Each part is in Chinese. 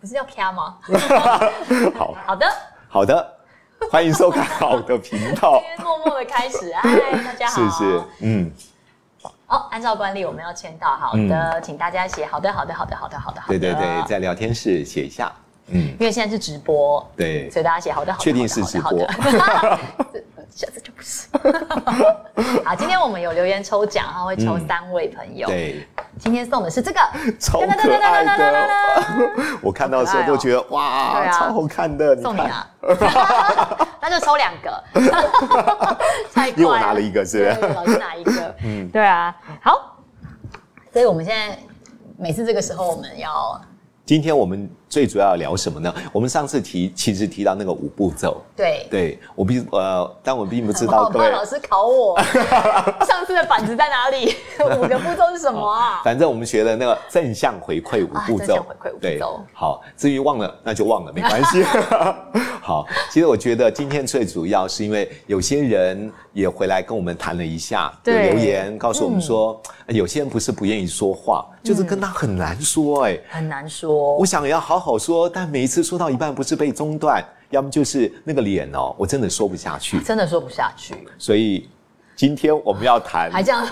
不是要啪吗？好好的，好的，欢迎收看好的频道 今，天默默的开始，嗨，大家好，谢谢。嗯，好，按照惯例我们要签到，好的，请大家写好的，好的，好的，好的，好的，好的对对对，，在聊天室写一下。嗯，因为现在是直播，对所以大家写好的，好的，确定是直播好的，好的好的下次就不是。好，今天我们有留言抽奖，然后会抽嗯三位朋友，对，今天送的是这个，超可爱哒哒哒哒哒哒哒的。我看到的时候就觉得对哇，啊超好看的。送你看，啊，那就抽两个，太快因为我拿了一个是不是对老师拿一个， 嗯对啊，好，所以我们现在每次这个时候我们要今天我们最主要要聊什么呢？我们上次提其实提到那个五步骤，对。对我并呃，但我并不知我道 好各怕位。老师考 我，上次的板子在哪里？五个步骤是什么啊？反正我们学的那个正向回馈五步啊正骤，向回馈五步骤对，好，至于忘了那就忘了，没 关系。好，其实我觉得今天最主要是因为有些人也回来跟我们谈了一下，有对嗯留言告诉我们说，呃有些人不是不愿意说话，就是跟他很难说、哎、很难说我，想要好好说，但每一次说到一半不是被中断，要么就是那个脸哦，我真的说不下去，真的说不下去，所以。今天我们要谈还这 样。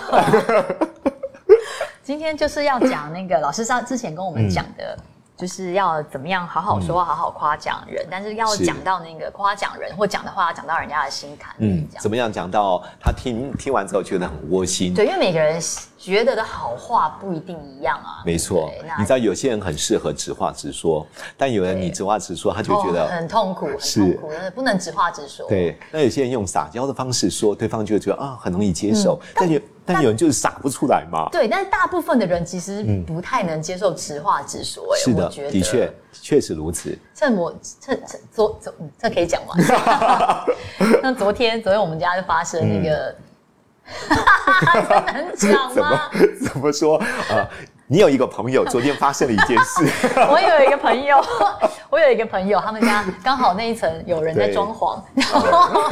今天就是要讲那个老师上之前跟我们讲的，嗯就是要怎么样好好说话，好好夸奖人，但是要是讲到那个夸奖人或讲的话，讲到人家的心坎里嗯，，这样怎。么样讲到他听听完之后觉得很窝心，对，因为每个人觉得的好话不一定一样啊。没错对，那你知道有些人很适合直话直说，但有人你直话直说，他就觉哦得很哦痛苦，很痛是苦，真的不能直话直说。，对。那有些人用撒娇的方式说，对方就觉得啊很容易接受，嗯但有但有人就是撒不出来嘛。对，但是大部分的人其实不太能接受直话直说、哎，嗯是我的觉，得的确确实如此。 趁我趁趁昨昨嗯这可以讲吗？那昨天昨天我们家就发生那个， 哈，能讲嗯 怎吗么？怎么说啊？你有一个朋友昨天发生了一件事，我有一个朋友， 我有一个朋友，他们家刚好那一层有人在 对嗯装潢，然后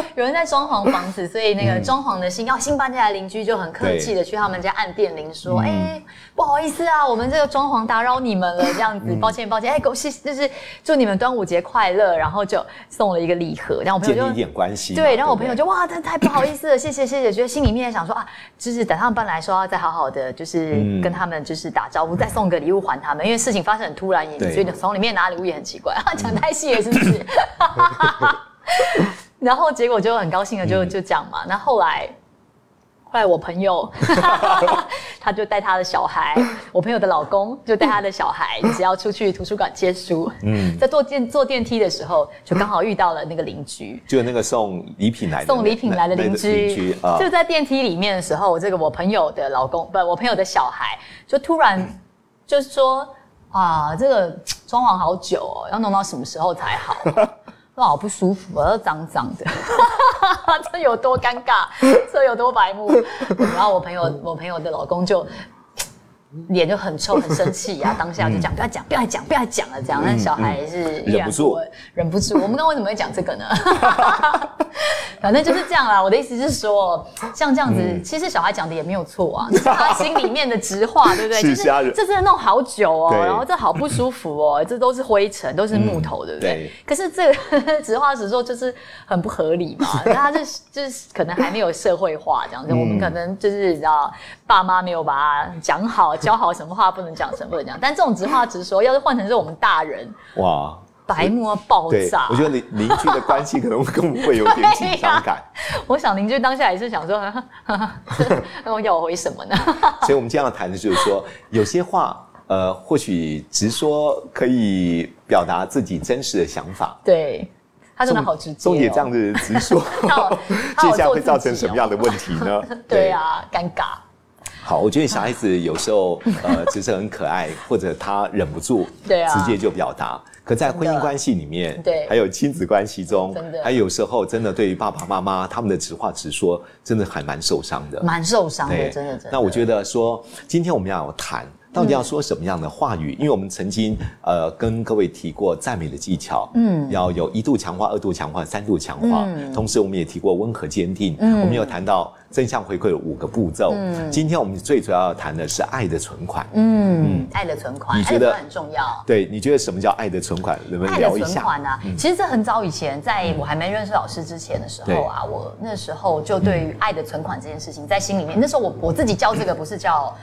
有人在装潢房子，所以那个装潢的新要新搬进来的邻居就很客气的去他们家按电铃说：“哎、不好意思啊，我们这个装潢打扰你们了，这样嗯子，抱歉抱歉。哎、恭喜就是祝你们端午节快乐，然后就送了一个礼盒， 然后我朋建友立就一点关系嘛。对，然后我朋不友就哇，这太不好意思了，谢谢谢谢，觉得心里面想说啊，就是等他们搬来说要再好好的，就是嗯跟他们就是打招呼，再送个礼物还他们，因为事情发生很突然，也对嗯所以从里面拿礼物也很奇怪，啊讲太细了是不是？ 然后结果就很高兴的嗯就就讲嘛，那后来。后来我朋 友，他就带他的小孩，我朋友的老公就带他的小孩，只要出去图书馆借书，嗯在坐电坐电梯的时候，就刚好遇到了那个邻居，就那个送礼品来的送礼品来的邻那那居邻居啊，就在电梯里面的时候，这个我朋友的老公不，我朋友的小孩就突嗯然就是说啊，这个装潢好久哦，要弄到什么时候才好啊？说好不舒服啊，都脏脏的， 这有多尴尬，这有多白目。然后我朋友，我朋友的老公就脸就很臭，很生气呀、当下就讲不要讲，不要讲，不要讲了，这样。但小孩也是依然嗯忍不住会，忍不住。我们刚刚为什么会讲这个呢？ 反正就是这样啦。我的意思是说，像这样子，嗯其实小孩讲的也没有错啊，这是他心里面的直话，对不对？ 是就是家人这真的弄好久哦，对然后这好不舒服哦， 这都是灰尘，都是木头，对不对嗯对？可是这个 直话直说就是很不合理嘛， 那他就是就是可能还没有社会化这样嗯子，我们可能就是你知道，爸妈没有把他讲好，教好什么话不能讲，什么不能讲。但这种直话直说，要是换成是我们大人，哇，白目到爆对炸，。我觉得邻邻居的关系可能会跟我们会有点紧 张感。我想邻居当下也是想说， 哈哈哈这那我要我回什 么呢？所以我们今天要谈的就是说，有些话，呃，或许直说可以表达自己真实的想法。对他真的好直接、哦。钟姐这样子直 说 好，接下来会造成什么样的问题呢？ 对啊，尴尬。好，我觉得小孩子有时候呃，只是很可爱，或者他忍不住， 对啊直接就表达。可在婚真姻的关系里面，对还有亲子关系中真的，还有时候真的对于爸爸妈妈他们的直话直说，真的还蛮受伤的。蛮受伤的，真的真的。那我觉得得说，今天我们要谈到底要说什么样的话语？因为我们曾经呃跟各位提过赞美的技巧，嗯，要有一度强化、二度强化、三度强化。嗯同时我们也提过温和坚定，我们有谈到正向回馈的五个步骤。今天我们最主要要谈的是爱的存款。嗯，爱的存款，你爱的觉存得款很重要。对，你觉得什么叫爱的存款？能不能爱聊的一存下？嗯款啊，其实这很早以前，在我还没认识老师之前的时候啊，我那时候就对嗯于爱的存款这件事情，在心里面，那时候我我自己教这个不是叫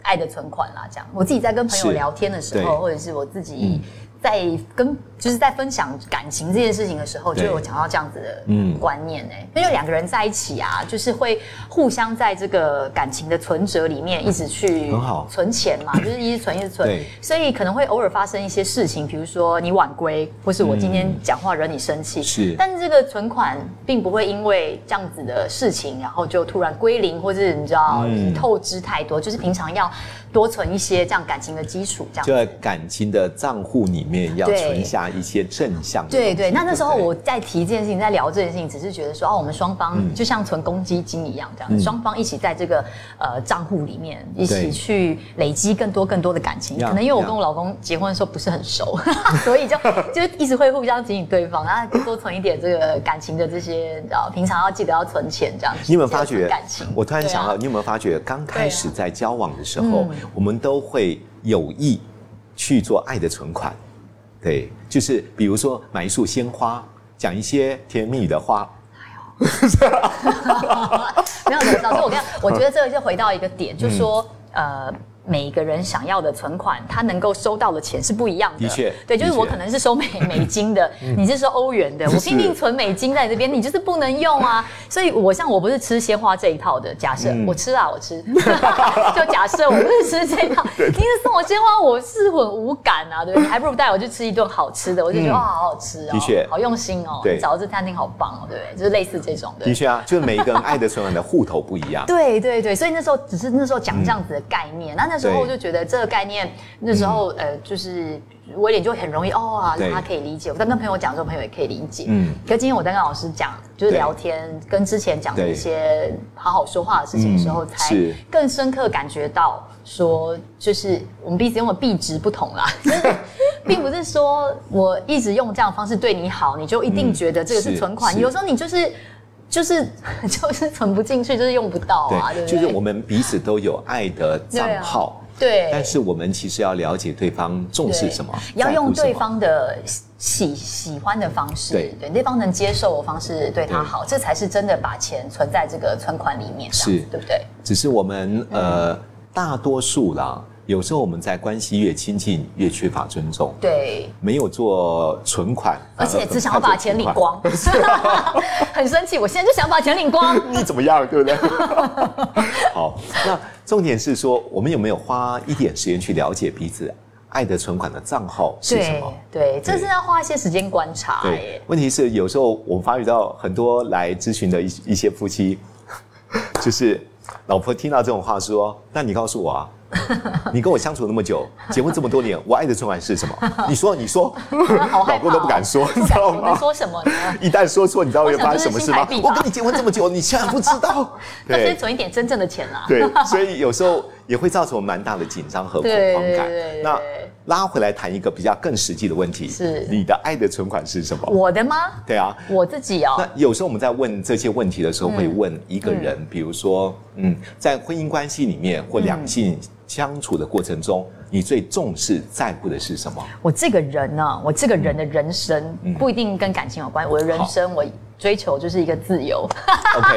爱的存款啦，这样我自己在跟朋友是聊天的时对嗯候，或者是我自己在跟就是在分享感情这件事情的时候，就对有讲到这样子的嗯观念哎、因为两个人在一起啊，就是会互相在这个感情的存折里面一直去很好存钱 嘛，就是一直存一直存对，所以可能会偶尔发生一些事情，比如说你晚归，或是我今天讲话惹你生气，嗯是但是这个存款并不会因为这样子的事情，然后就突然归零，或是你知道、嗯透支太多，就是平常要多存一些这样感情的基础，这样就子。在感情的账户里面要对存下一些正向的东对西。对，那那时候对不对我在提这件事情，在聊这件事情，只是觉得说，哦，我们双方就像存公积金一样，这样子，嗯双方一起在这个呃账户里面一起对去累积更多更多的感情。呀可能因为我呀跟我老公结婚的时候不是很熟， 所以就就一直会互相提醒对方，然后多存一点这个感情的这些，你知道，平常要记得要存钱这样子。 你有没有发记得存觉感情？？我突然对啊想到，你有没有发觉，刚开始在交往的时候嗯，我们都会有意去做爱的存款，对，就是比如说买一束鲜花，讲一些甜言蜜语的话， 没有没有，老师，我跟你 讲，我觉得这个就回到一个点，嗯就是说，呃。每个人想要的存款，他能够收到的钱是不一样的。的确对，就是的确嗯我可能是收美 美金的，你是收欧元的，我拼命存美金在这边，你就是不能用啊。所以，我像我不是吃鲜花这一套的，假设嗯我吃啊，我吃， 就假设我不是吃这 一套，你是送我鲜花，我是很无感啊，对不对？你还不如带我去吃一顿好吃的，我就觉得嗯哇，好好吃哦，的确好用心哦，对你找到这餐厅好棒哦，对不对？就是类似这种，对的确啊，就是每一个人爱的存款的户头不一样。对对对，所以那时候只是那时候讲这样子的概念，那、那时候对嗯我就觉得这个概念，那时候、呃，就是威廉就很容易哦啊，对他可以理解。我在跟朋友讲的时候，朋友也可以理解。嗯可今天我在跟老师讲，就是对聊天，跟之前讲的对一些好好说话的事情的时候，嗯才是更深刻感觉到说，就是我们彼此用的币值不同 啦，就是并不是说我一直用这样的方式对你好，你就一定嗯觉得这个是是存款。是有时候你就是。就是 就是存不进去，就是用不到啊， 对对，不就对？是我们彼此都有爱的账对啊号。对，但是我们其实要了解对方重视什么，要在乎用什么对方的喜喜欢的方式，对对对方能接受的方式对他对好，这才是真的把钱存在这个存款里面，这样子是对不对？只是我们呃，大多数啦，有时候我们在关系越亲近，越缺乏尊重，对，没有做存款，而反且只很想要快把就钱存领光，款。很生气，我现在就想把钱领光。你怎么样，对不对？好，那重点是说，我们有没有花一点时间去了解彼此爱的存款的账号 是什对么？对，这是要花一些时间观察。对，问题是有时候我发觉到很多来咨询的一一些夫妻， 就是老婆听到这种话说：“那你告诉我 啊，你跟我相处那么久，结婚这么多年，我爱的存款是什么？你说，你说。哎， 好害怕哦 老公都不 敢说不你知敢道说吗能说什么呢？一旦说错，你知道会发生什么事吗我想这是新台？币吧我跟你结婚这么久，你竟然不知 道？那所以 对存一点真正的钱啊啦。对，所以有时候也会造成我们蛮大的紧张和恐对慌感对对对。那拉回来谈一个比较更实际的问题，是你的爱的存款是什么？我的吗？对啊，我自己哦那，有时候我们在问这些问题的时候，会问一个人，比如说，嗯，在婚姻关系里面或嗯两性相处的过程中，你最重视在乎的是什么？我这个人呢、我这个人的人生、嗯不一定跟感情有关，我的人生我追求就是一个自由，OK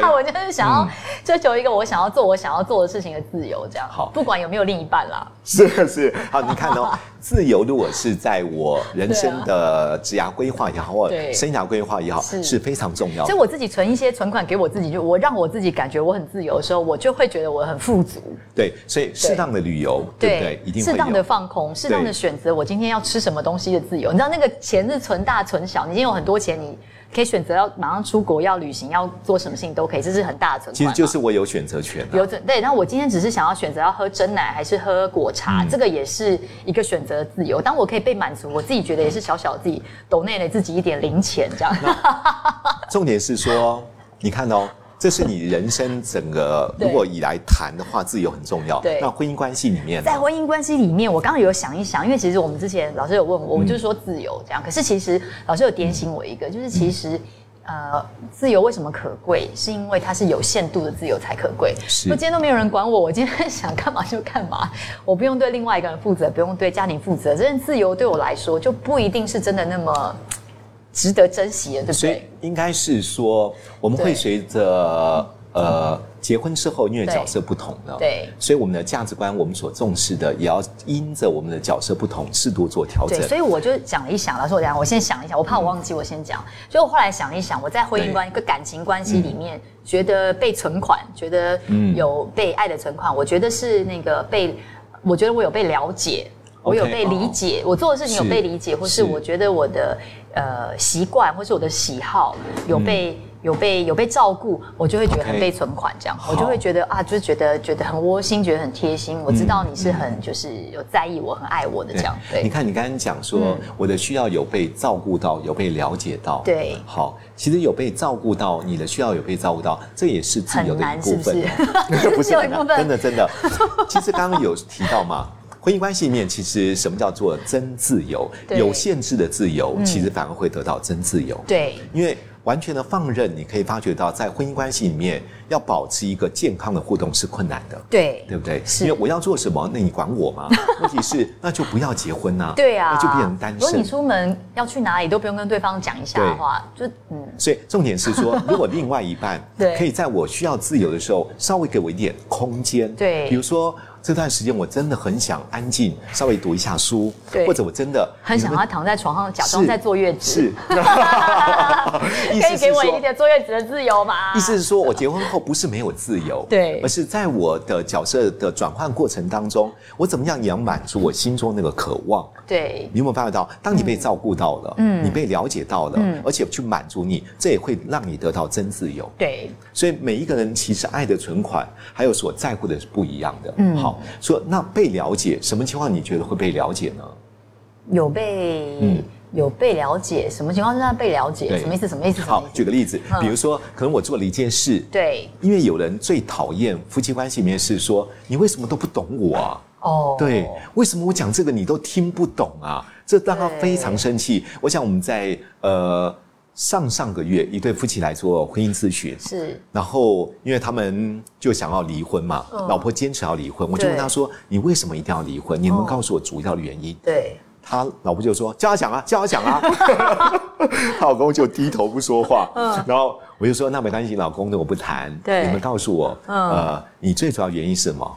嗯我就是想要追求一个我想要做我想要做的事情的自由，这样好不管有没有另一半啦， 是是，好，你看哦，自由如果是在我人生的职涯规划也好，或啊对生涯规划也好，是是非常重要所的以。我自己存一些存款给我自己，就我让我自己感觉我很自由的时候，我就会觉得我很富足，对，所以适当的旅游，对不对？一定适会当的有。放空，适当的对选择，我今天要吃什么东西的自由。你知道那个钱是存大存小，你今天有很多钱，你可以选择要马上出国、要旅行、要做什么事情都可以，这是很大的存款嘛。其实就是我有选择权啊、有准对，那我今天只是想要选择要喝真奶还是喝果茶，这个也是一个选择的自由。当我可以被满足，我自己觉得也是小小自己抖内了自己一点零钱这样。重点是说，你看哦，这是你人生整个对如果以来谈的话，自由很重要。对那婚姻关系里面呢在？婚姻关系里面，我刚刚有想一想，因为其实我们之前老师有问我，我嗯们就说自由这样，可是其实老师有点醒我一个，就是其实。嗯呃，自由为什么可贵？是因为它是有限度的自由才可贵。是如果今天都没有人管我，我今天 想干嘛就干嘛，我不用对另外一个人负责，不用对家庭负责。这份自由对我来说，就不一定是真的那么值得珍惜的，对不所以对？应该是说，我们对会随着呃结婚之后，因为角色不同了，对所以我们的价值观，我们所重视的，也要因着我们的角色不同，适度做调整对，。所以我就讲了一想，老师，我讲，我先想一想，我怕我忘记，我先讲。所以我后来想了一想，我在婚姻关、跟感情关系里面，觉得被存款，觉得嗯有被爱的存款，我觉得是那个被，我觉得我有被了解，我有被理解，我做的事情有哦是被理解，或是是我觉得我的呃习惯或是我的喜好有被。有被有被照顾，我就会觉得很嗯 OK 被存款这样，好我就会觉得啊，就觉得觉得很窝心，觉得很贴心。我知道嗯你是很就是有在意我，很爱我的这样。对嗯你，看你刚刚讲说，我的需要有被照顾到，有被了解到，对好，其实有被照顾到，你的需要有被照顾到，这也是自由的一部分很哦， 不自由 一很难部分真的真的。其实刚刚有提到嘛。婚姻关系里面，其实什么叫做真自由？对嗯有限制的自由，其实反而会得到真自由。对，因为完全的放任，你可以发觉到，在婚姻关系里面，要保持一个健康的互动是困难的。对对不对？是因为我要做什么，那你管 我吗？问题是，那就不要结婚呐、对啊，那就变成单如果你身。出门要去哪里都不用跟对方讲一下的话，就嗯，所以重点是说，如果另外一半 对可以在我需要自由的时候，稍微给我一点空间，对比如说这段时间我真的很想安静，稍微读一下书，对或者我真的很想你要们躺在床上假装在坐月子，是， 意可以思是给我说一点坐月子的自由吗？意思是说我结婚后不是没有自由，啊对而是在我的角色的转换过程当中，我怎么样也要满足我心中那个渴望。对你有没有发觉到，当你被照顾到了，嗯你被了解到了，嗯而且去满足你，这也会让你得到真自由。对所以每一个人其实爱的存款还有所在乎的是不一样的。嗯好，所以那被了解，什么情况你觉得会被了解呢？有被、嗯有被了解，什么情况是他被了解？对什么意思？什么意思？什么好意，思举个例子，嗯比如说，可能我做了一件事，对因为有人最讨厌夫妻关系里面是说，你为什么都不懂我啊？哦，对，为什么我讲这个你都听不懂啊？这让他对非常生气。我想我们在呃上上个月一对夫妻来做婚姻咨询，是然后因为他们就想要离婚嘛，嗯老婆坚持要离婚，我就对问他说：“你为什么一定要离婚？你能不能哦告诉我主要的原因？”对他老婆就说：“叫他讲啊，叫他 讲啊。”她老公就低头不说话。嗯然后我就说：“那没关系，老公的我不谈。对你们告诉我，嗯呃，你最主要原因是什么？”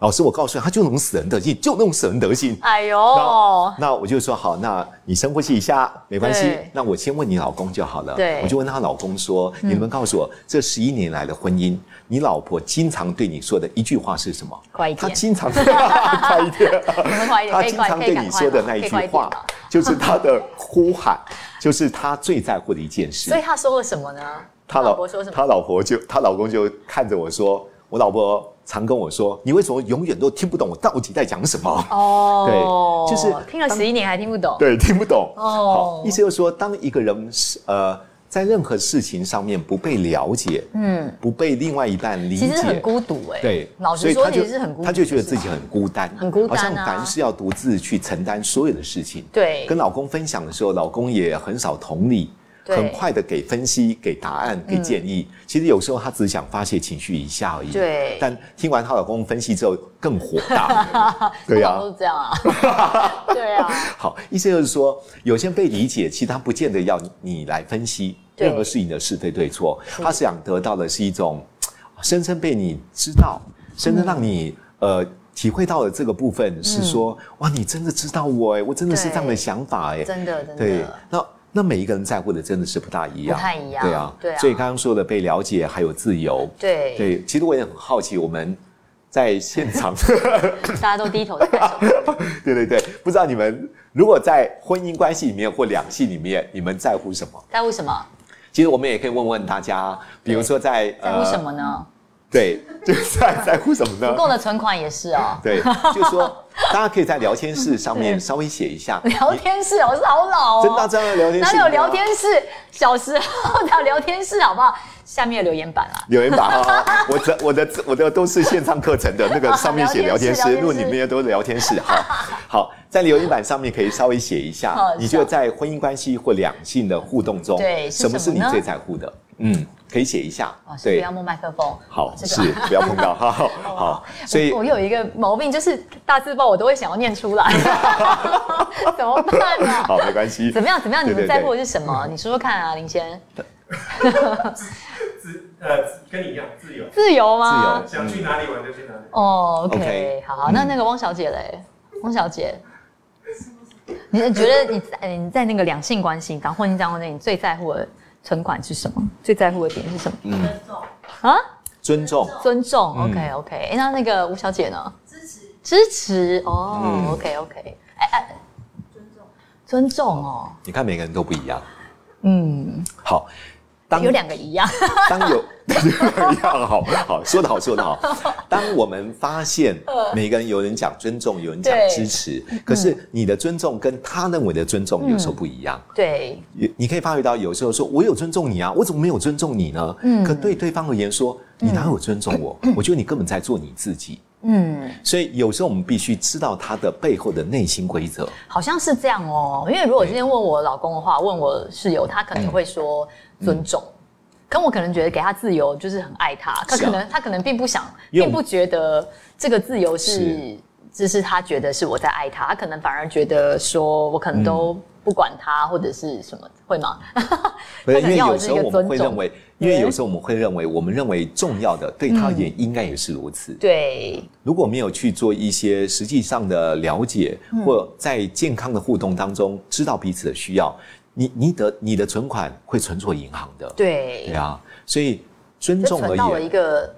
老师，我告诉你，他就那种死人德性，就那种死人德性。哎呦，那那我就说好，那你深呼吸一下，没关系对。那我先问你老公就好了。对嗯我就问她老公说：“你能不能告诉我，这十一年来的婚姻，你老婆经常对你说的一句话是什么？”快一她点，经常 快一点，你们快一点，他可以经快常可以对赶你快说的吗那一可以句快点话吗， 就是他的呼喊，就是他最在乎的一件事所以。他说了什么呢？他老婆说什么？他老婆就他老公就看着我说，我老婆常跟我说，你为什么永远都听不懂我到底在讲什么？ 哦，对就是听了十一年还听不懂。对，听不懂。哦好，意思就是说，当一个人是呃在任何事情上面不被了解，嗯，不被另外一半理解，其实很孤独哎、对，老所实以说，他就其实很孤独。他就觉得自是己吧很孤单，很孤单啊好像凡事要独自去承担所有的事情。对跟老公分享的时候，老公也很少同理，对嗯很快的给分析、给答案、给建议。其实有时候她只想发泄情绪一下而已。对但听完她老公分析之后，更火 大。通对呀、常都是这样啊。 对啊，好，意思就是说，有些人被理解，其实他不见得要你来分析对任何事情的是非对错，他想得到的是一种深深被你知道，深深让你、嗯呃。体会到的这个部分是说，哇，你真的知道我哎，我真的是这样的对想法哎，真的真对的，，那那每一个人在乎的真的是不大一样，不太一样对啊，对啊所以刚刚说的被了解还有自由，对对，其实我也很好奇，我们在现 场大家都低头在看手机。对对对，不知道你们如果在婚姻关系里面或两性里面，你们在乎什么？在乎什么？其实我们也可以问问大家，比如说在在呃乎什？么呢？ 对，就是 在在乎什么不呢？够的存款也是哦。对，就是说大家可以在聊天室上面稍微写一下，聊天室哦，我是好老哦。啊真的真的聊天室哪里面啊有聊？天室？小时候的聊天室好不好？下面的留言板啦。留言板啊， 我的我的我的都是线上课程的那个上面写聊 天聊室，天室录里面都是聊天室哈。好，在留言板上面可以稍微写一下好，你觉得在婚姻关系或两性的互动中，对是什么是什么你呢最在乎的？嗯，可以写一下哦，，是不对要，摸麦克风。好这个哦哎是不要 碰到，好好好，所以我我有一个毛病，就是大字报我都会想要念出 来，怎么办呢、好没关系怎，么样？怎么样？你对们对在乎的是什么？你说说看啊，林先，自呃跟你一样自由，自由吗？自由想去哪里玩就去哪里。哦，OK，, OK，嗯好好，那那个汪小姐嘞，汪小姐，你觉得你在你在那个两性关系，当婚姻当中，你最在乎的存款是什么？最在乎的点是什么？嗯，啊，尊重，尊重。嗯 OK OK，哎、那那个吴小姐呢？支持支持哦、嗯 o k OK，哎哎，尊重，尊重哦，你看每个人都不一样。嗯，好，当有两个一 样，当有一样好好说得好说得好。 当我们发现每个人有人讲尊重，有人讲呃对嗯支持，可是你的尊重跟他认为的尊重有时候不一样。对，也你可以发觉到，有时候说我有尊重你啊，我怎么没有尊重你呢？嗯可对对方而言说，你哪有尊重我？我觉得你根本在做你自己。嗯，所以有时候我们必须知道他的背后的内心规则。好像是这样哦。因为如果对今天问我老公的话，问我室友，他可能会说尊重。嗯可我可能觉得给他自由就是很爱他，他是啊可能、他可能并不想，因为我并们不觉得这个自由是是，只是他觉得是我在爱他，他可能反而觉得说我可能嗯都不管他或者是什么，会吗？不他可是，因能为要有的是时一候个我们会尊重认为，因为对嗯有时候我们会认为，我们认为重要的对他而言应该也是如此。对，如果没有去做一些实际上的了解，嗯或在健康的互动当中知道彼此的需要，你你的你的存款会存错银行的。对，啊，所以尊就重存到而了一言，个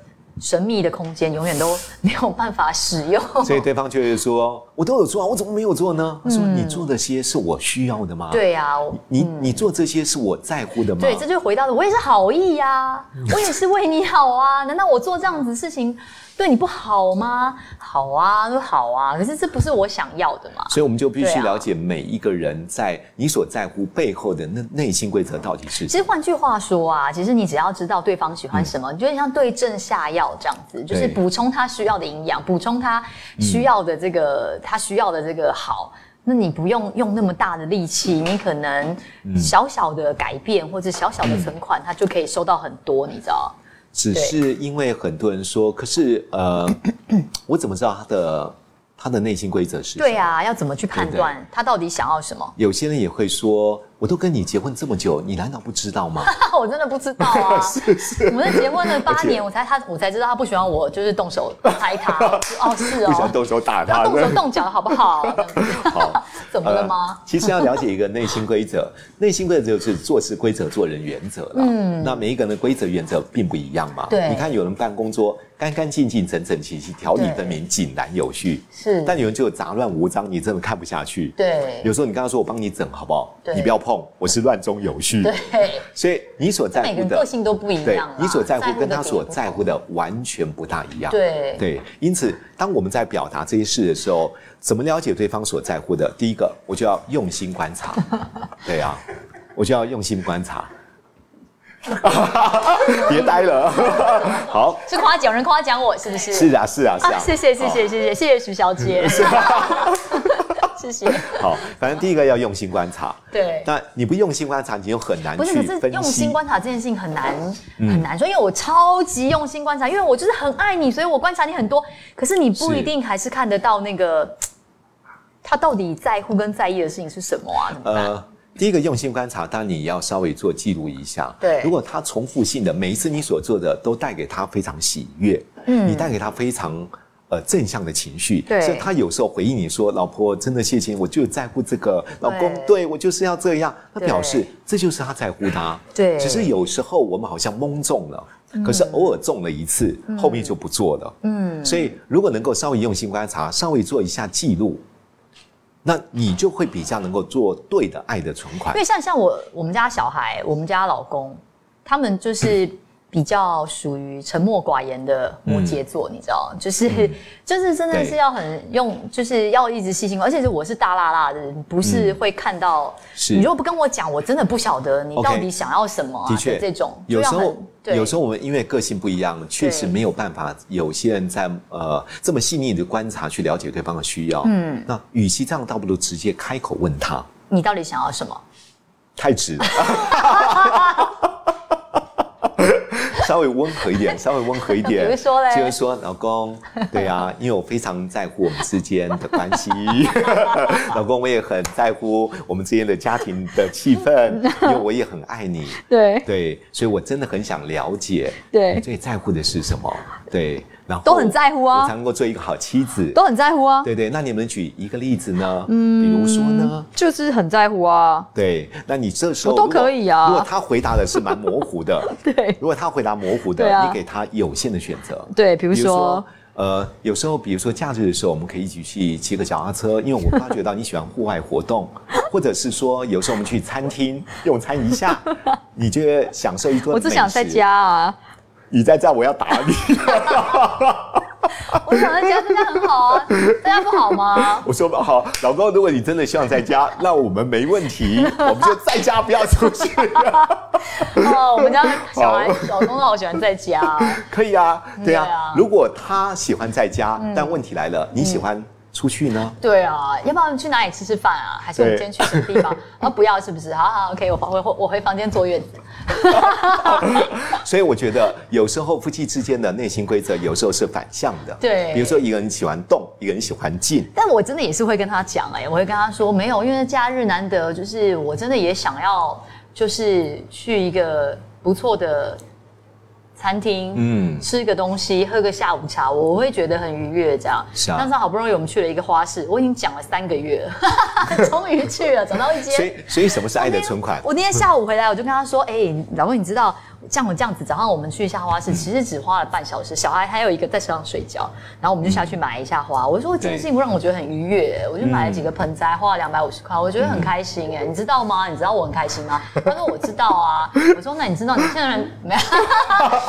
神秘的空间，永远都没有办法使 用。所以对方就会说：“我都有做啊，我怎么没有做呢？”我说：“你做这些是我需要的吗？嗯对呀、啊，我你你做这些是我在乎的吗？”对，这就回到了我也是好意呀、我也是为你好啊，难道我做这样子事情对你不好吗？好啊，都好啊，可是这不是我想要的嘛。所以我们就必对须啊了解每一个人在你所在乎背后的那内心规则到底是其什实么。换句话说啊，其实你只要知道对方喜欢什么，你就有点像对症下药这样子，就是对补充他需要的营养，补充他需要的这个、他需要的这个好。那你不用用那么大的力气，你可能小小的改变或者小小的存款，他就可以收到很多，你知道？只是因为很多人说，可是 呃，我怎么知道他的他的内心规则是什么？对啊，要怎么去判对对断他到底想要什么？ 有些人也会说，我都跟你结婚这么久，你难道不知道吗？那我真的不知道 啊！我们结婚了八而且年，我才他我才知道他不喜欢我，就是动手拍 他。我就哦，是哦，动手打不要动手动脚好不好？这样子 好， 怎么了吗呃？其实要了解一个内心规 则，内心规则就是做事规则、做人原则啦。嗯，那每一个人的规则原则并不一样嘛。对你看有人办公桌干干净净、整整齐齐、条理分明、井然有序，是但有人就有杂乱无章，你真的看不下去。。对有时候你跟他说：“我帮你整好不好？”对你不要碰，我是乱中有序。对，所以你所在每个乎人的，个性都不一对样啊，你所在乎跟的他点所不同在乎的完全不大一样。对对，因此当我们在表达这些事的时候，怎么了解对方所在乎的？第一个，我就要用心 观察。对啊，我就要用心观察。别呆了， 好，是夸奖人夸奖我是不是？是啊，是啊，是啊，啊，谢谢谢谢谢谢谢谢徐小姐， 谢谢。 好。好，反正第一个要用心观察。对，那你不用心观察，你就很难不是，去可是分用析嗯心。观察这件事情很难、很难说，因为我超级用心观察，因为我就是很爱你，所以我观察你很多。可是你不是一定还是看得到那个他到底在乎跟在意的事情是什么啊？怎么办？呃，第一个用心观察，当然你要稍微做记录一下。对如果他重复性的每一次你所做的都带给他非常喜悦，嗯，你带给他非常。呃，正向的情绪，对所以他有时候回应你说：“老婆，真的谢谢你，我就在乎这个。老公，对对我就是要这样。”他对表示这就是他在乎他。对只是有时候我们好像蒙中了，嗯可是偶尔中了一次，后面就不做了。嗯，所以如果能够稍微用心观察，稍微做一下记录，那你就会比较能够做对的爱的存款因。为像像我我们家小孩，我们家老公，他们就是比较属于沉默寡言的摩羯座，你知道，就是、 就是真的是嗯对要很用，就是要一直细心，而且是我是大辣辣的人，不是会看到、嗯是你如果不跟我讲，我真的不晓得你 OK 到底想要什么啊、的确，这种有时就要候很对，有时候我们因为个性不一样，确实没有办法。有些人在呃这么细腻的观察去了解对方的需要，嗯，那与其这样，倒不如直接开口问他，你到底想要 什么？哎太直，稍微温和一 点，稍微温和一点。比如说嘞就是说老 公，对啊，因为我非常在乎我们之间的关 系，老公，我也很在乎我们之间的家庭的气 氛，因为我也很爱你。对对，所以我真的很想了解，对你最在乎的是什么？对，然后都很在乎啊我才能够做一个好妻子。都很在乎啊，对对，那你们举一个例子呢？嗯，比如说呢？就是很在乎啊，对，那你这时候我都如果可以啊如果他回答的是蛮模糊的， 对如果他回答模糊的，对啊你给他有限的选择。对，比比如说，呃，有时候比如说假日的时候，我们可以一起去骑个脚踏车，因为我发觉到你喜欢户外活动， 或者是说有时候我们去餐厅用餐 一下，你就会享受一顿。我只想在，家啊，你在家我要打你。 我想在家，在家很好啊，在家不好吗？我说好，老公，如果你真的希望在家，那我们没问题，我们就在家不要出去，哦，我们家小孩老公好喜欢在家啊、可以啊，对对啊嗯啊。如果他喜欢在家，但问题来了，你喜欢出去呢？ 对啊，要不然我们去哪里吃吃饭啊？还是我们今天去什么地 方？啊，不要是不是？好好，OK，我回我我回房间坐月子。所以我觉得有时候夫妻之间的内心规则有时候是反向的。对比如说一个人喜欢动，一个人喜欢静。但我真的也是会跟他讲哎、我会跟他说没有，因为假日难得，就是我真的也想要，就是去一个不错的餐厅，嗯吃个东西，喝个下午茶，我会觉得很愉悦。这样，是啊那时候好不容易我们去了一个花市，我已经讲了三个月了， 终于去了，找到一所间以，所以什么是爱的存款？我那天下午回来，我就跟他说：“哎、老公，你知道像我这样子，早上我们去一下花嗯市，其实只花了半小时。小孩还有一个在车上睡觉，然后我们就下去买一下花。我说我这件事情让我觉得很愉悦，嗯我就买了几个盆栽，花了两百五十块，我觉得很开心哎、你知道吗？你知道我很开心 吗？他说我知道啊。我说那你知道你现在人没有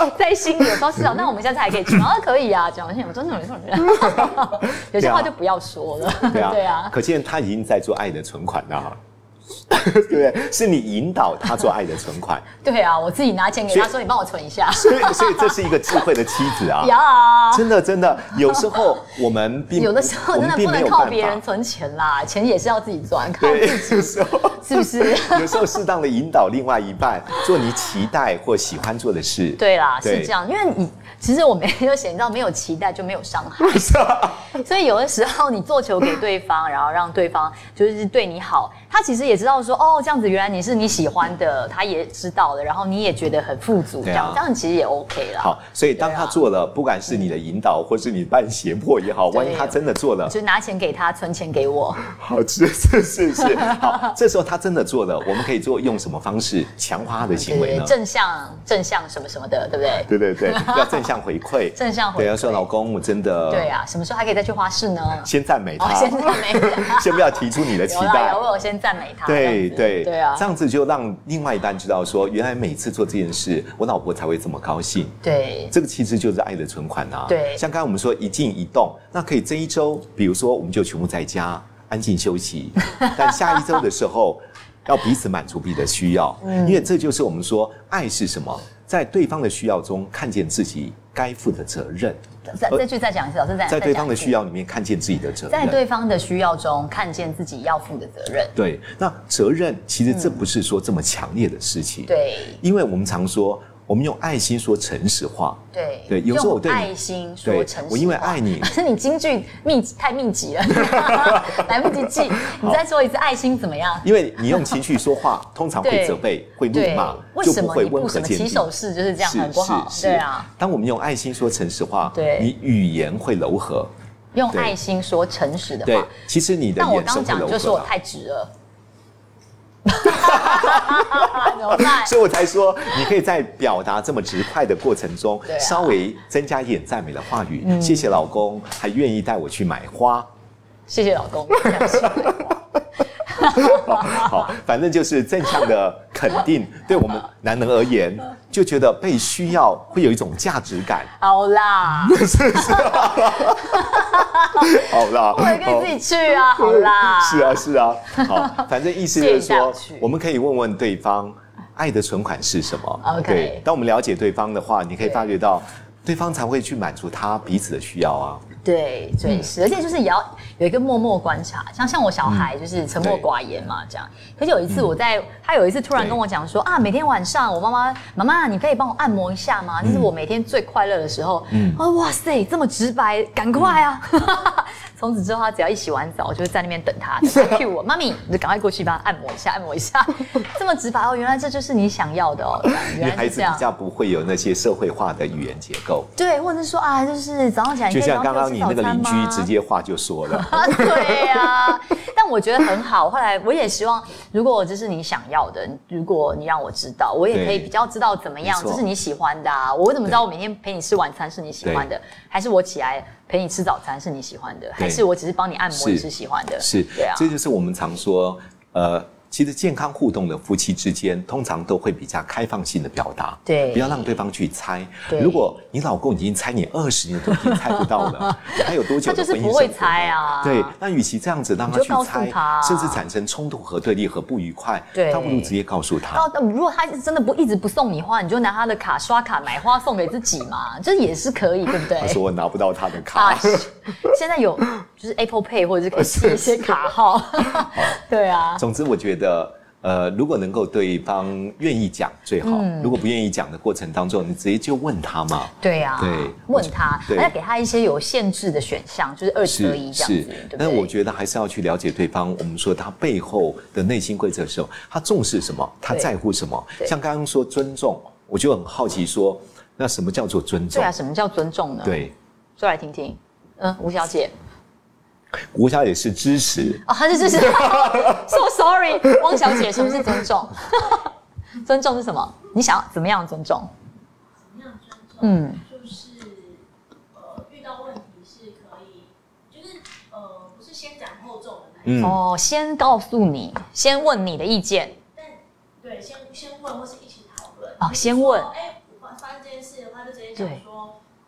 在心里，我说是啊，那我们下次还可以去吗？啊可以啊，讲完现在我说那 种有些话就不要说了，啊对啊，对啊。可见他已经在做爱的存款了哈， 对不对？是你引导他做爱的存款，对啊，我自己拿钱给所以他说，你帮我存一下。所以所以这是一个智慧的妻子 啊。呀，真的真的，有时候我们并有的时候我真们的并不没能有靠办别人法。存钱啦，钱也是要自己赚，靠对，有时候是不是？ 有时候适当的引导另外 一半做你期待或喜欢做的事。 对啦，是对这样，因为你其实我没有写，你知道没有期待就没有伤害， 所以有的时候你做球给对方，然后让对方就是对你好，他其实也知道说哦这样子原来你是你喜欢的，他也知道了，然后你也觉得很富足，这对啊样这样其实也 OK 啦。好，所以当啊他做了，不管是你的引导，或是你办胁迫也好，对啊万一他真的做了，就拿钱给他，存钱给我。好，是是是是，好，这时候他真的做了，我们可以做用什么方式强化他的行为呢？呃正向正向什么什么的，对不对？对对对，要正向回馈，正向回馈对，要说老公，我真的，对，啊，什么时候还可以再去花市 呢？先赞美哦，他，现在没。 先不要提出你的期有待啦，有，我先赞美他。对这样子对对啊这，样子就让另外一半知道说，原来每次做这件事，我老婆才会这么高兴。对这个其实就是爱的存款啊。对像刚才我们说一静一动，那可以这一周，比如说我们就全部在家安静 休息，但下一周的时候要彼此满足彼此的需要，嗯因为这就是我们说爱是什么，在对方的需要中看见自己该负的责任，呃再再去再讲一次，老师再在对方的需要，要里面看见自己的责任。在对方的需要中看见自己要负的责任。对那责任其实嗯这不是说这么强烈的事情，，对因为我们常说，我们用爱心说诚实话，对对有时候我对用你爱心说诚实话，我因为爱你 是你京剧密集太密集了，来不及记。你再说一次，爱心怎么样？因为你用情绪说 话，通常会对责备、会怒对骂，，为就什不么会你温不和什么坚起定。手式就是这样，很不好。对啊，。当我们用爱心说诚实话，对你语言会柔和，用对爱心说诚实的对话。，其实你的但我眼刚神会讲柔就说和啊我啦。太直了， 怎么办？所以我才说，你可以在表达这么直快的过程中对啊，嗯稍微增加一点赞美的话语。谢谢老公，还愿意带我去买花。谢谢老公。这样子好，反正就是正向的肯定， 对我们男人而言，就觉得被需要会有一种价值感。好啦，好啦，我也可以自己去啊，好啦，是啊，是啊， 好，反正意思就是借一下说去，我们可以问问对方，爱的存款是什么 OK 对，当我们了解对方的话，你可以发觉到，对方才会去满足他彼此的需要啊。对，准嗯时，而且就是也要有一个默默观察，像像我小孩就是沉默寡言嘛，这样。可是有一次嗯我在，他有一次突然对跟我讲说啊，每天晚上我妈妈妈妈，你可以帮我按摩一下吗？这是我每天最快乐的时候。嗯，啊哇塞，这么直白，赶快啊！嗯 从此之后，他只要一洗完澡，我就会在那边等 他等他，cue 我，妈咪，你就赶快过去帮他按摩一下，按摩一下。这么直白哦，原来这就是你想要的哦，这样因为原来孩是子这样比。较不会有那些社会化的语言结构，对，或者是说啊，就是早上起来你可就以像帮刚我刚吃你早那个餐邻居吗直接话就说了， 啊，对呀、但我觉得很好。后来我也希望，如果这是你想要的，如果你让我知道，我也可以对比较知道怎么样，没错这是你喜欢的啊。我怎么知道对我每天陪你吃晚餐是你喜欢的，还是我起来陪你吃早餐是你喜欢的，还是我只是帮你按摩是你是喜欢的？是，对啊，这就是我们常说，呃，其实健康互动的夫妻之间，通常都会比较开放性的表达，对不要让对方去猜对。如果你老公已经猜你二十年都已经猜不到 了，他有多他久的就是婚姻不会生活猜啊对，那与其这样子让他你就去告诉猜，他啊甚至产生冲突和对立和不愉快，对倒不如直接告诉他到。嗯如果他真的不一直不送你花，你就拿他的卡刷卡买花送给自己嘛，这也是可以，对不对？他说我拿不到他的啊卡，， 现在有就是 Apple Pay 或者是可以记一些卡号，对啊，总之，我觉得，呃，如果能够对方愿意讲最好。嗯如果不愿意讲的过程当中，你直接就问他嘛。对呀、对我问觉他，对还要给他一些有限制的选项，就是二择一这样子，对不对？但我觉得还是要去了解对方。我们说他背后的内心规则的时候，他重视什么，他对在乎什么。对像刚刚说尊重，我就很好奇说，那什么叫做尊重对啊，？什么叫尊重呢？，对，说来听听。嗯，吴小姐，吴小姐是支持，哦，她是 支持，so sorry，汪小姐，什么是尊重？ 尊重是什么？你想要怎么样尊重？怎么样尊重？嗯，就是呃，遇到问题是可以，就是呃，不是先讲后重的那一种，嗯，哦，先告诉你，先问你的意见，但对，先先问或是一起讨论。哦先问比如说哎，我发生这件事的话，就直接讲说，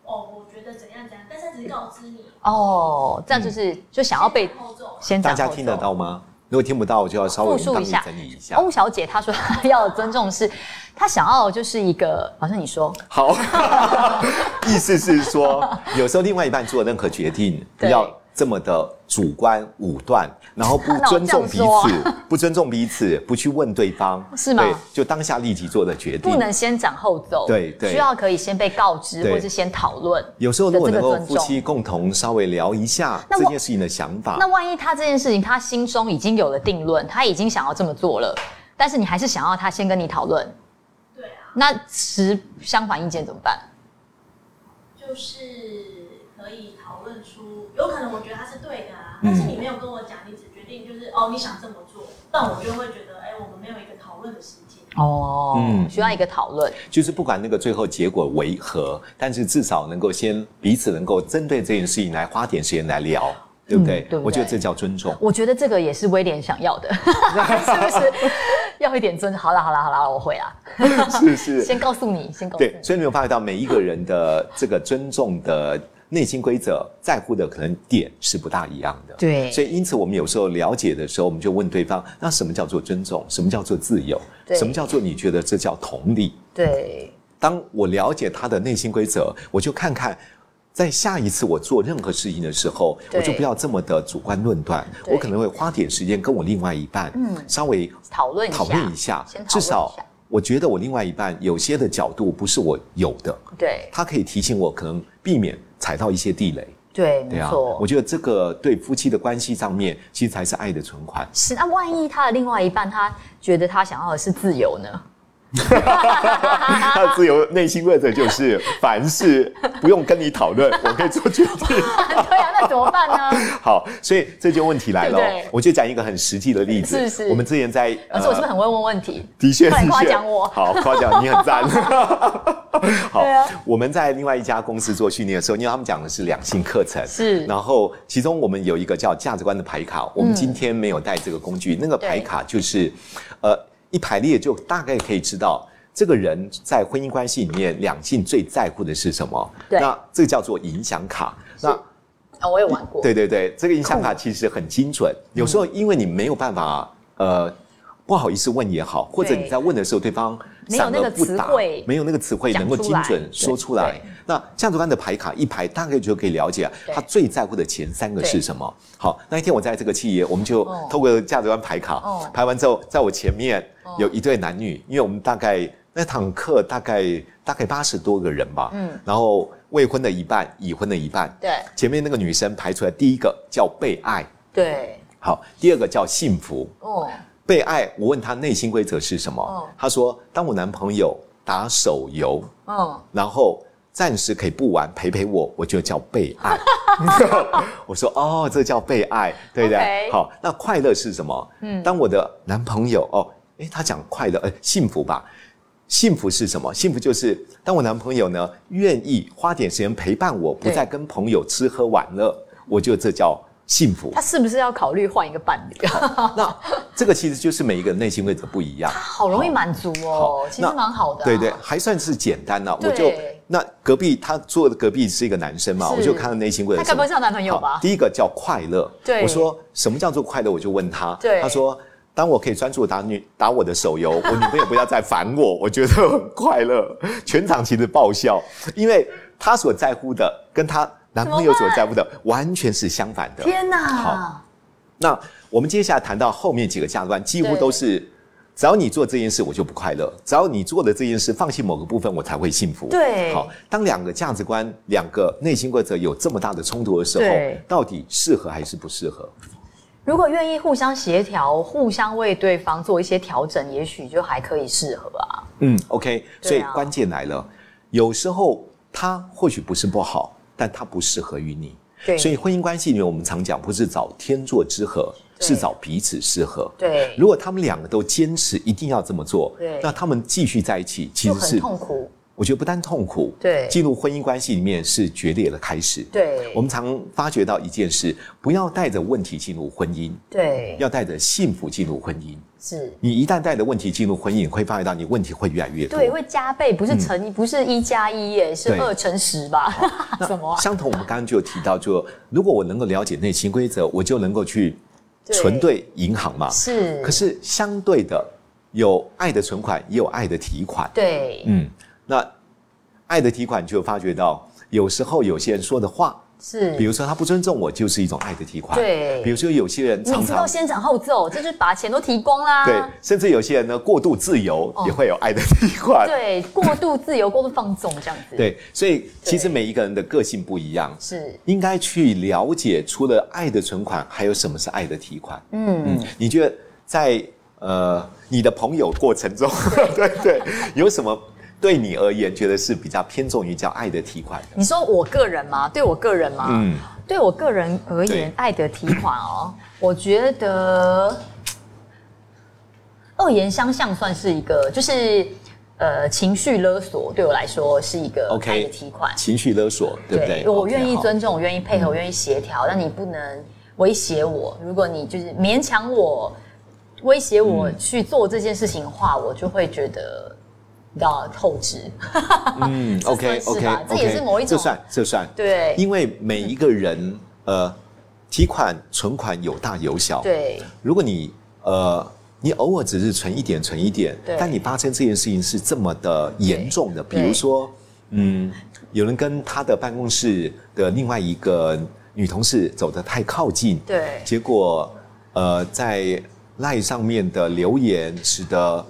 哦，我觉得怎样怎样，但是他只是告知你，哦，这样就是、就想要被先讲后重。啊先嗯大讲家后听得奏到吗？如果听不到，我就要稍微复述帮一你下整理一下。翁小姐她说她要的尊重是，她想要的就是一个，好像你说，好， 意思是说，有时候另外一半做任何决定，不对要这么的主观武断，然后不哪有尊重彼这样说此， 不尊重彼此，不去问对方，是吗对，就当下立即做的决定不。能先斩后奏，对对需要可以先被告知，对或是先讨论。有时候如果能够的这个尊夫重妻共同稍微聊一下那我这件事情的想法那，万一他这件事情，他心中已经有了定论，他已经想要这么做了，但是你还是想要他先跟你讨论，对啊，那持相反意见怎么办？就是可以讨论出，有可能我觉得他是对的啊，但是你没有跟我讲，你只决定就是哦，你想这么做，但我就会觉得，哎，我们没有一个讨论的时间。哦，嗯需要一个讨论，就是不管那个最后结果为何，但是至少能够先彼此能够针对这件事情来花点时间来聊，对不对嗯？对不我觉得对这叫尊重。我觉得这个也是威廉想要的， 是不是？要一点尊重。好啦好啦好啦，我会啊，是是先告诉你，先告诉对你，。所以你有发觉到每一个人的这个尊重的内心规则，在乎的可能点是不大一样的。对所以因此我们有时候了解的时候，我们就问对方：那什么叫做尊重？什么叫做自由？对什么叫做你觉得这叫同理？对，当我了解他的内心规则，我就看看。在下一次我做任何事情的时候，对我就不要这么的主观论断，对我可能会花点时间跟我另外一半，嗯稍微讨论一下讨论一下先讨论一下，至少我觉得我另外一半有些的角度不是我有的，对他可以提醒我，可能避免踩到一些地雷，对，没对啊错。。我觉得这个对夫妻的关系上面，其实才是爱的存款。 是，那万一他的另外一半他觉得他想要的是自由呢？ 他的自由内心规则就是，凡事不用跟你讨论，我可以做决 定。对呀、那怎么办 呢？好，所以这就问题来了哦。对不对我就讲一个很实际的例子。是是我们之前在，呃而且我是不是很会问问题？的确，快点的确夸奖我好，夸奖你很赞。 呃好对啊，我们在另外一家公司做训练的时候，因为他们讲的是两性课程，是然后其中我们有一个叫价值观的牌卡，我们今天没有带这个工具，那个牌卡就是，呃。一排列就大概可以知道这个人在婚姻关系里面两性最在乎的是什么。对那这个叫做影响卡。那啊，我也玩过。嗯对对对，这个影响卡其实很精准。有时候因为你没有办法，呃，不好意思问也好，或者对你在问的时候对方没有闪那个而不答词汇，没有那个词汇讲能够出精来准对说出来对。那价值观的牌卡一排，大概就可以了解对他最在乎的前三个是什么。好，那一天我在这个企业，我们就哦透过价值观牌卡哦排完之后，在我前面哦有一对男女，因为我们大概那堂课大概大概八十多个人吧，嗯嗯，然后未婚的一半，已婚的一半，对前面那个女生排出来，第一个叫被爱，对，好，第二个叫幸福。哦，被爱，我问她内心规则是什哦么，她说：当我男朋友打手游，嗯，然后暂时可以不玩，陪陪我，我就叫被爱。我说哦，这叫被爱，对不对 OK 好，那快乐是什么？嗯嗯，当我的男朋友哦，诶，他讲快乐，呃，幸福吧。幸福是什么？幸福就是当我男朋友呢愿意花点时间陪伴我，不对再跟朋友吃喝玩乐，我觉得这叫幸福他。是不是要考虑换一个伴侣？ 那这个其实就是每一个人内心位置不一样。好容易满足哦好，其实那蛮好的啊。对对，还算是简单了、对我就那隔壁他坐的隔壁是一个男生嘛，是我就看到内心会有他什么。该不会是她男朋友吧好？第一个叫快乐。对我说什么叫做快乐？我就问他对，他说。当我可以专注打女打我的手游， 我女朋友不要再烦我，我觉得很快乐。全场其实爆笑，因为她所在乎的跟她男朋友所在乎的完全是相反的。天哪好！那我们接下来谈到后面几个价值观，几乎对都是，只要你做这件事，我就不快乐；只要你做的这件事，放弃某个部分，我才会幸福。对好，当两个价值观、两个内心规则有这么大的冲突的时候对，到底适合还是不适合？如果愿意互相协调，互相为对方做一些调整，也许就还可以适合啊。嗯，OK，所以对啊关键来了，有时候它或许不是不好，但它不适合于你。对所以婚姻关系里面，我们常讲不是找天作之合，对是找彼此适合。对如果他们两个都坚持一定要这么做对，那他们继续在一起，其就实很是痛苦。我觉得不单痛苦，对进入婚姻关系里面是决裂的开始。对我们常发觉到一件事，不要带着问题进入婚姻，对，要带着幸福进入婚姻。是，你一旦带着问题进入婚姻，你会发觉到你问题会越来越多。对，会加倍，不是乘一，不是一加一耶，是哦嗯对哦二乘十吧？ 那什么啊？相同，我们刚刚就有提到就，如果我能够了解内心规则，我就能够去对存对银行嘛。是，可是相对的，有爱的存款，也有爱的提款。对，嗯，那爱的提款就发觉到，有时候有些人说的话，是，比如说他不尊重我，就是一种爱的提款。对比如说有些人每常次都常。先斩后奏，这就是把钱都提光啦。对，甚至有些人呢过度自由哦也会有爱的提款。对，过度自由，过度放纵这样子。，对，所以其实对每一个人的个性不一样，是，应该去了解除了爱的存款，还有什么是爱的提款。嗯，嗯，你觉得在呃你的朋友过程中， 对对，有什么对你而言觉得是比较偏重于叫爱的提款的？你说我个人吗？对我个人吗？嗯，对我个人而言对，爱的提款哦，我觉得恶言相向算是一个，就是呃情绪勒索对我来说是一个 OK 爱的提款。情绪勒索，对不对？哦我 OK，愿意好嗯尊重，我愿意配合，我愿意协调，但你不能威胁我。如果你就是勉强我、威胁嗯我去做这件事情的话，我就会觉得。你知道透支，嗯这，OK 算是 OK，吧这也是某一种这算这算，对因为每一个人呃，提款存款有大有小，，对如果你呃。你偶尔只是存一点，存一点对，但你发生这件事情是这么的严重的，比对如说，嗯，有人跟他的办公室的另外一个女同事走得太靠近，对结果呃，在赖上面的留言使得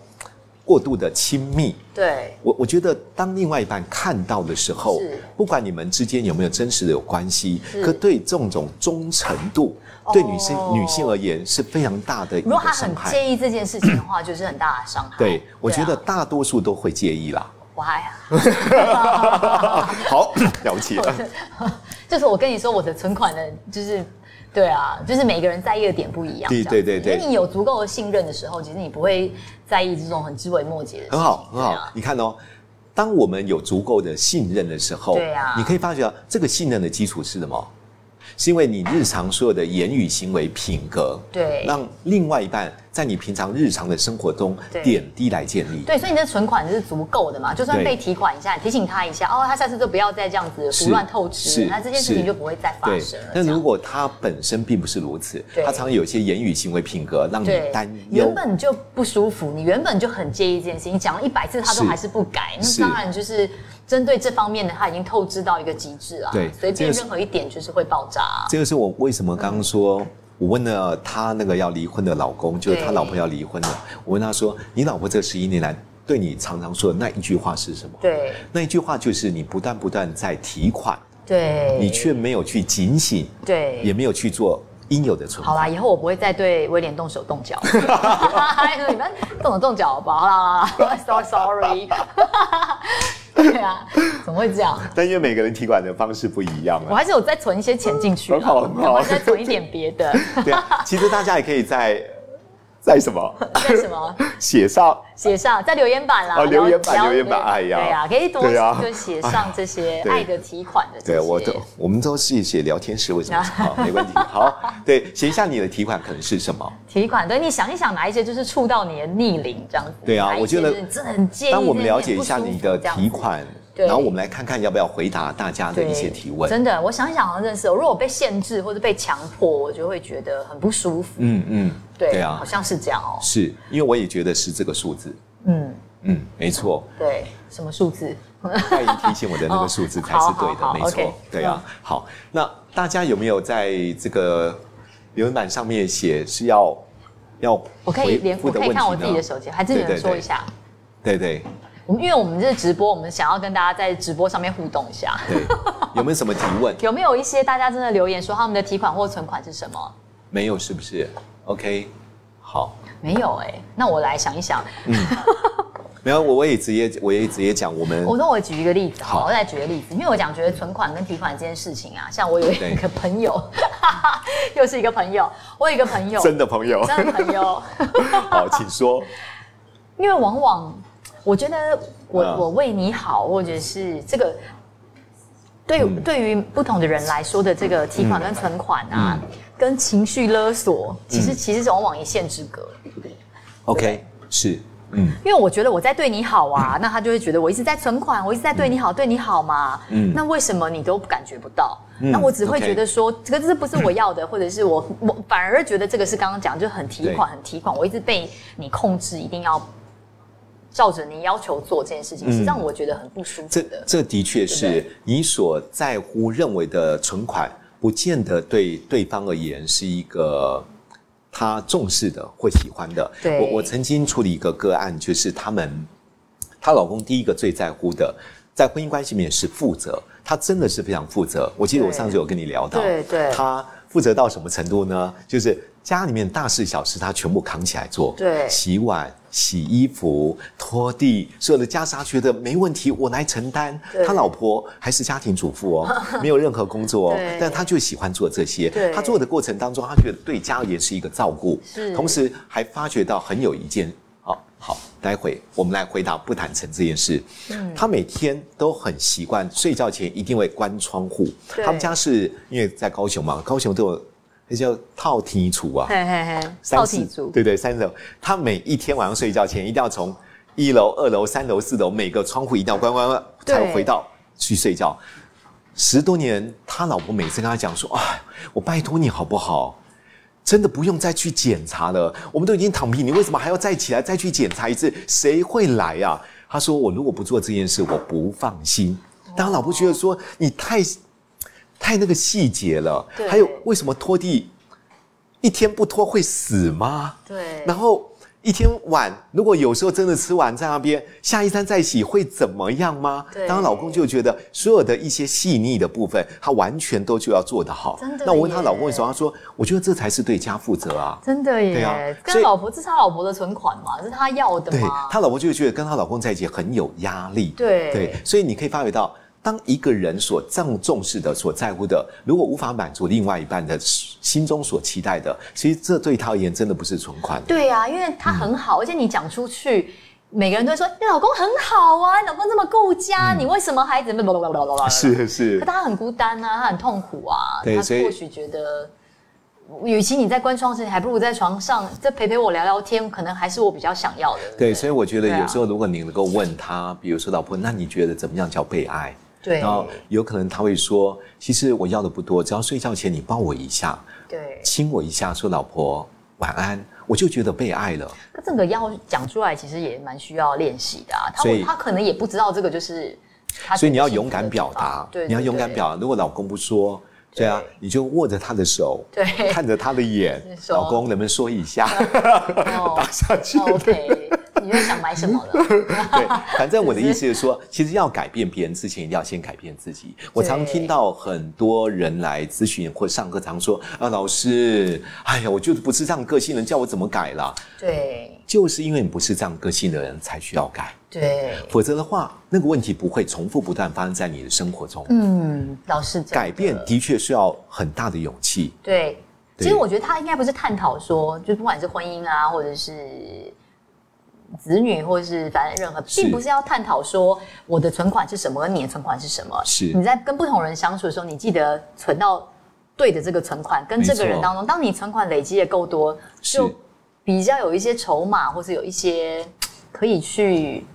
过度的亲密，对我我觉得，当另外一半看到的时候是，不管你们之间有没有真实的有关系是，可对这种忠诚度，哦对女性、女性而言是非常大的一如果他个很伤害。介意这件事情的话，就是很大的伤害。对，我觉得啊大多数都会介意啦。 我还好， 了不起了。就是我跟你说，我的存款的，就是对啊，就是每个人在意的点不一样。对这样子对对对因为你有足够的信任的时候，其实你不会在意这种很枝微末节的事情。很好，很对好啊。你看哦，当我们有足够的信任的时候，对啊你可以发觉这个信任的基础是什么？是因为你日常所有的言语、行为、品格，对让另外一半在你平常日常的生活中对点滴来建立。对，所以你的存款是足够的嘛？就算对被提款一下，提醒他一下，哦，他下次就不要再这样子胡是乱透支，是那这件事是情就不会再发对生了。但这样如果他本身并不是如此，对他常常有一些言语、行为、品格让你对担，忧原。本就不舒服，你原本就很介意这件事情，讲了一百次他都是还是不改，是那当然就是针对这方面的他已经透支到一个极致啊了，对随这便个是任何一点就是会爆炸啊。这个是我为什么刚刚说，我问了他那个要离婚的老公，就是他对老婆要离婚了，我问他说：“你老婆这十一年来对你常常说的那一句话是什么？”对那一句话就是你不断不断在提款，对，你却没有去警醒，对也没有去做应有的存好啦，啊款。以后我不会再对威廉动手动脚。你们动手动脚好不好啦？Sorry Sorry。对啊，怎么会这样？但因为每个人提款的方式不一样我啊，还是有再存一些钱进去啦，很好很好赶快再存一点别的。对啊，其实大家也可以在在什么在什么写上写上，在留言板啦，哦留言板聊聊留言板哎呀对呀，可以对啊多就写上这些对爱的提款的这些。对，我都我们都是写聊天室，为 什么？好，没问题。好，对，写一下你的提款可能是什么？提款，对你想一想，哪一些就是触到你的逆鳞这样子？对啊哪一些我觉得就是你真的很介意。当我们了解一下你的提款。款，对然后我们来看看要不要回答大家的对一些提问。真的，我想一想，好像认识。如果我被限制或者被强迫，我就会觉得很不舒服。嗯嗯，对，对啊好，像是这样哦、是因为我也觉得是这个数字。嗯，嗯，没错，对，什么数字？快银提醒我的那个数字才是对哦好好的，没错 OK，。嗯对啊，好，那大家有没有在这个留言板上面写是要要我可以连回我复的可问以题呢看我自己的手机，还是你对们对说对一下。对对我们因为我们这是直播，我们想要跟大家在直播上面互动一下。 对，有没有什么提问？有没有一些大家真的留言说他们的提款或存款是什么？没有，是不是？OK，好，没有哎、那我来想一想。嗯没有，我我也直接我也直接讲，我们我那我举一个例子，好好，我再举个例子，因为我讲觉得存款跟提款这件事情啊，像我有对一个朋友， 又是一个朋友，我有一个朋友，真的朋友， 真的朋友， 好，请说。因为往往我觉得我、嗯我为你好，或者是这个对、嗯对于不同的人来说的这个提款跟存款啊，嗯跟情绪勒索，其实、其实是往往一线之隔。 OK，是，嗯，因为我觉得我在对你好啊，那他就会觉得我一直在存款，我一直在对你好，对你好嘛。嗯那为什么你都感觉不到？嗯那我只会 OK 觉得说，这个这不是我要的，或者是我我反而觉得这个是刚刚讲，就很提款，对很提款，我一直被你控制，一定要照着你要求做这件事情，嗯是让我觉得很不舒服这的。这的确对是不你所在乎、认为的存款，不见得对对方而言是一个他重视的或喜欢的。对我我曾经处理一个个案，就是他们她老公第一个最在乎的，在婚姻关系里面是负责，他真的是非常负责。我记得我对上次有跟你聊到，对对他负责到什么程度呢？就是家里面大事小事他全部扛起来做，对洗碗、洗衣服、拖地，所有的家事他觉得没问题，我来承担。对他老婆还是家庭主妇 哦，没有任何工作哦对，但他就喜欢做这些对。他做的过程当中，他觉得对家而言是一个照顾是，同时还发觉到很有一件。好好，待会我们来回答不坦诚这件事。嗯他每天都很习惯，睡觉前一定会关窗户。对他们家是因为在高雄嘛，高雄都有那叫套题橱啊，嘿嘿嘿，三少四体族，对对，三楼。他每一天晚上睡觉前，一定要从一楼、二楼、三楼、四楼每个窗户一定要关关关，对才回到去睡觉。十多年，他老婆每次跟他讲说：“哎，我拜托你好不好？真的不用再去检查了，我们都已经躺平，你为什么还要再起来再去检查一次？谁会来呀、啊？”他说：“我如果不做这件事，我不放心。”但他老婆觉得说：“你太太那个细节了，对还有为什么拖地一天不拖会死吗？对，然后一天晚，如果有时候真的吃完在那边，下一餐再洗会怎么样吗对？当老公就觉得所有的一些细腻的部分，他完全都就要做得好真。的那我问她耶老公的时候，他说：“我觉得这才是对家负责啊。”真的耶，对啊所跟以老婆这是他老婆的存款嘛，这是他要的对嘛，她老婆就觉得跟她老公在一起很有压力。对所以你可以发觉到，当一个人所重重视的、所在乎的，如果无法满足另外一半的心中所期待的，其实这对他而言真的不是存款。对呀、因为他很嗯好，而且你讲出去，每个人都会说你老公很好啊，你老公这么顾家，你为什么还怎么？嗯是是 可，他很孤单啊，他很痛苦啊，对他所以或许觉得与其你在关窗时，你还不如在床上再陪陪我聊聊天，可能还是我比较想要的。对，所以我觉得对啊有时候如果你能够问他，比如说老婆，那你觉得怎么样叫被爱？对然后有可能他会说，其实我要的不多，只要睡觉前你抱我一下，对，亲我一下，说老婆晚安，我就觉得被爱了。可这个要讲出来，其实也蛮需要练习的啊。他所以他可能也不知道这个就是他自己所以你要幸福勇敢的地表方达对，，你要对勇敢对表达。如果老公不说，对对啊，你就握着他的手，对看着他的 眼是，说老公能不能说一下？哦打下去嗯 OK，你又想买什么了？对，反正我的意思是说，其实要改变别人之前，一定要先改变自己。我常听到很多人来咨询或上课，常说啊，老师，哎呀，我就是不是这样个性的人，叫我怎么改啦？对就是因为你不是这样个性的人，才需要改。对，否则的话，那个问题不会重复不断发生在你的生活中。嗯，老师改变的确需要很大的勇气。对。对其实我觉得他应该不是探讨说，就不管是婚姻啊，或者是子女，或者是反正任何，是并不是要探讨说我的存款是什么，你的存款是什么。是你在跟不同人相处的时候，你记得存到对的这个存款，跟这个人没错当中，当你存款累积的够多，是就比较有一些筹码，或是有一些可以去，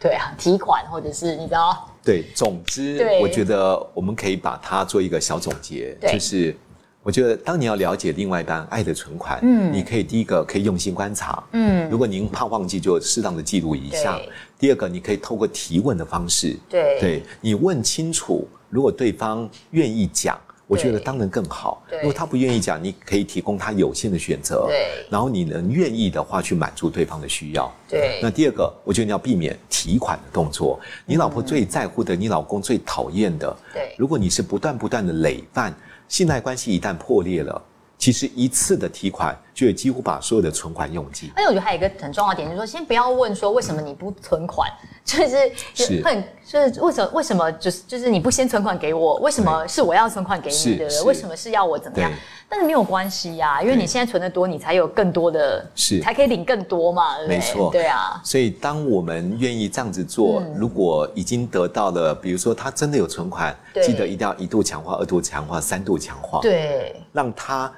对啊，提款，或者是你知道，对，总之对，我觉得我们可以把它做一个小总结，对就是我觉得当你要了解另外一半爱的存款，嗯你可以第一个可以用心观察，嗯如果您怕忘记，就适当的记录一下对。第二个，你可以透过提问的方式，对你问清楚，如果对方愿意讲，我觉得当然更好。对如果他不愿意讲，你可以提供他有限的选择，对然后你能愿意的话去满足对方的需要。对那第二个，我觉得你要避免提款的动作。你老婆嗯最在乎的，你老公最讨厌的。对如果你是不断不断的累犯，信赖关系一旦破裂了，其实一次的提款就会几乎把所有的存款用尽。而且我觉得还有一个很重要的点，就是说，先不要问说为什么你不存款，就是是很就是为什么为什么就是就是你不先存款给我，为什么是我要存款给你，是对不对？是为什么是要我怎么样对？但是没有关系呀、因为对你现在存的多，你才有更多的，是才可以领更多嘛，对不对？没错对啊，所以，当我们愿意这样子做，嗯如果已经得到了，比如说他真的有存款，对记得一定要一度强化、二度强化、三度强化，对，让他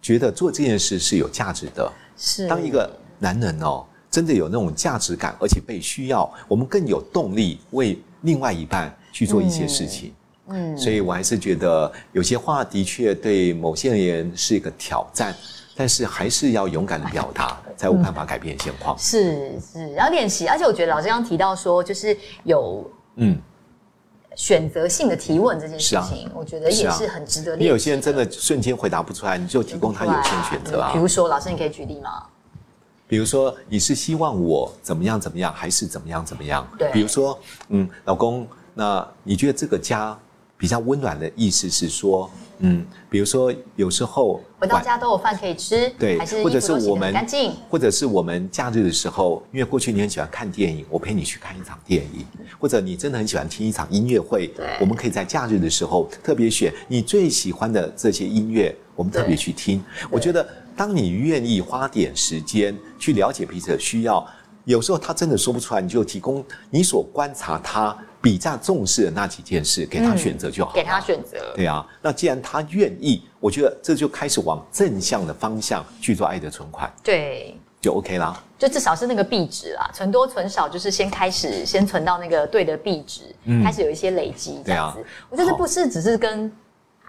觉得做这件事是有价值的。是当一个男人哦，真的有那种价值感，而且被需要，我们更有动力为另外一半去做一些事情。嗯所以我还是觉得有些话的确对某些人是一个挑战，但是还是要勇敢的表达，才有办法改变现况。是是要练习，而且我觉得老师刚刚提到说，就是有嗯，选择性的提问这件事是啊情，我觉得也是啊是很值得因为练有习。些人真的瞬间回答不出来，你就提供他有限选择啊比。如说，老师，你可以举例吗？比如说，你是希望我怎么样怎么样，还是怎么样怎么样？对比如说，嗯，老公，那你觉得这个家比较温暖的意思是说，嗯，比如说有时候回到晚家都有饭可以吃，对还是，衣或服者都是洗得我很们干净，或者是我们假日的时候，因为过去你很喜欢看电影，我陪你去看一场电影，或者你真的很喜欢听一场音乐会，对我们可以在假日的时候特别选你最喜欢的这些音乐，我们特别去听。我觉得，当你愿意花点时间去了解彼此的需要，有时候他真的说不出来，你就提供你所观察他比较重视的那几件事，给他嗯选择就好了、给他选择。对啊，那既然他愿意，我觉得这就开始往正向的方向去做爱的存款，对，就 OK 啦。就至少是那个币值啦，存多存少，就是先开始先存到那个对的币值，嗯开始有一些累积这样子。对啊我觉得这不是只是跟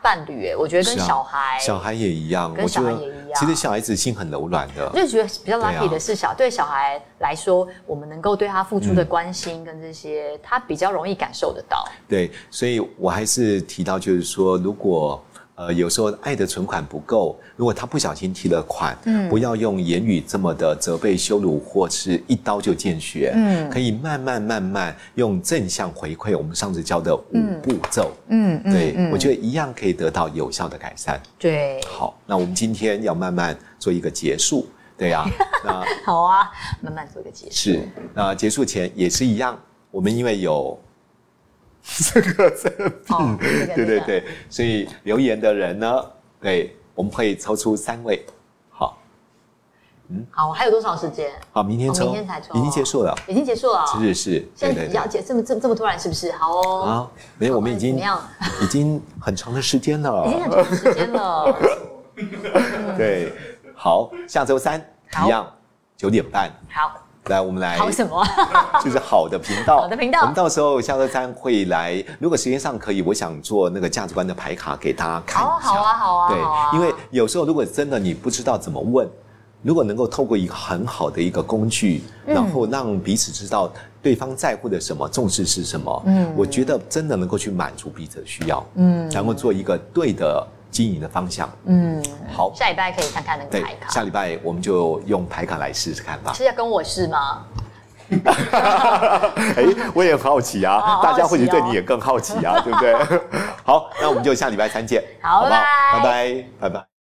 伴侣、哎，我觉得跟是啊小孩，小孩也一样，跟我觉小孩也得一样其实小孩子心很柔软的我，就觉得比较对啊 lucky 的是小对小孩来说，我们能够对他付出的关心跟这些，他比较容易感受得到。对，所以我还是提到就是说，如果呃有时候爱的存款不够，如果他不小心提了款，嗯不要用言语这么的责备、羞辱或是一刀就见血，嗯可以慢慢慢慢用正向回馈，我们上次教的五步骤，嗯，对、我觉得一样可以得到有效的改善。对，好，那我们今天要慢慢做一个结束，对呀、那好啊，慢慢做一个解释。是那结束前也是一样，我们因为有哦，这个 对对，这个对，所以留言的人呢，对，我们会抽出三位。好，好，还有多少时间？好，明天哦抽，明天才抽已经结束了，已经结束了哦、是是是，对现在对对了。解这么这么这么突然是不是？好哦， 啊，没有，我们已怎经么样？已经很长的时间已经很了， 长时间了，对，好，下周三好一样九点半，好，来我们来好什么？哎就是好的频道， 好的频道我们到时候下周三会来，如果时间上可以，我想做那个价值观的牌卡给大家看一好下。好啊，好啊，好啊对，因为有时候如果真的你不知道怎么问，如果能够透过一个很好的一个工具，嗯然后让彼此知道对方在乎的什么、重视是什么，嗯我觉得真的能够去满足彼此的需要，嗯，然后做一个对的经营的方向。嗯，好，下礼拜可以看看那个对牌，卡，下礼拜我们就用牌卡来试试 看吧。是要跟我试吗？哎，我也很好奇好 好啊，奇大家或许对哦你 也更好奇啊，对不对？好，那我们就下礼拜三见，好拜不拜拜拜，拜拜。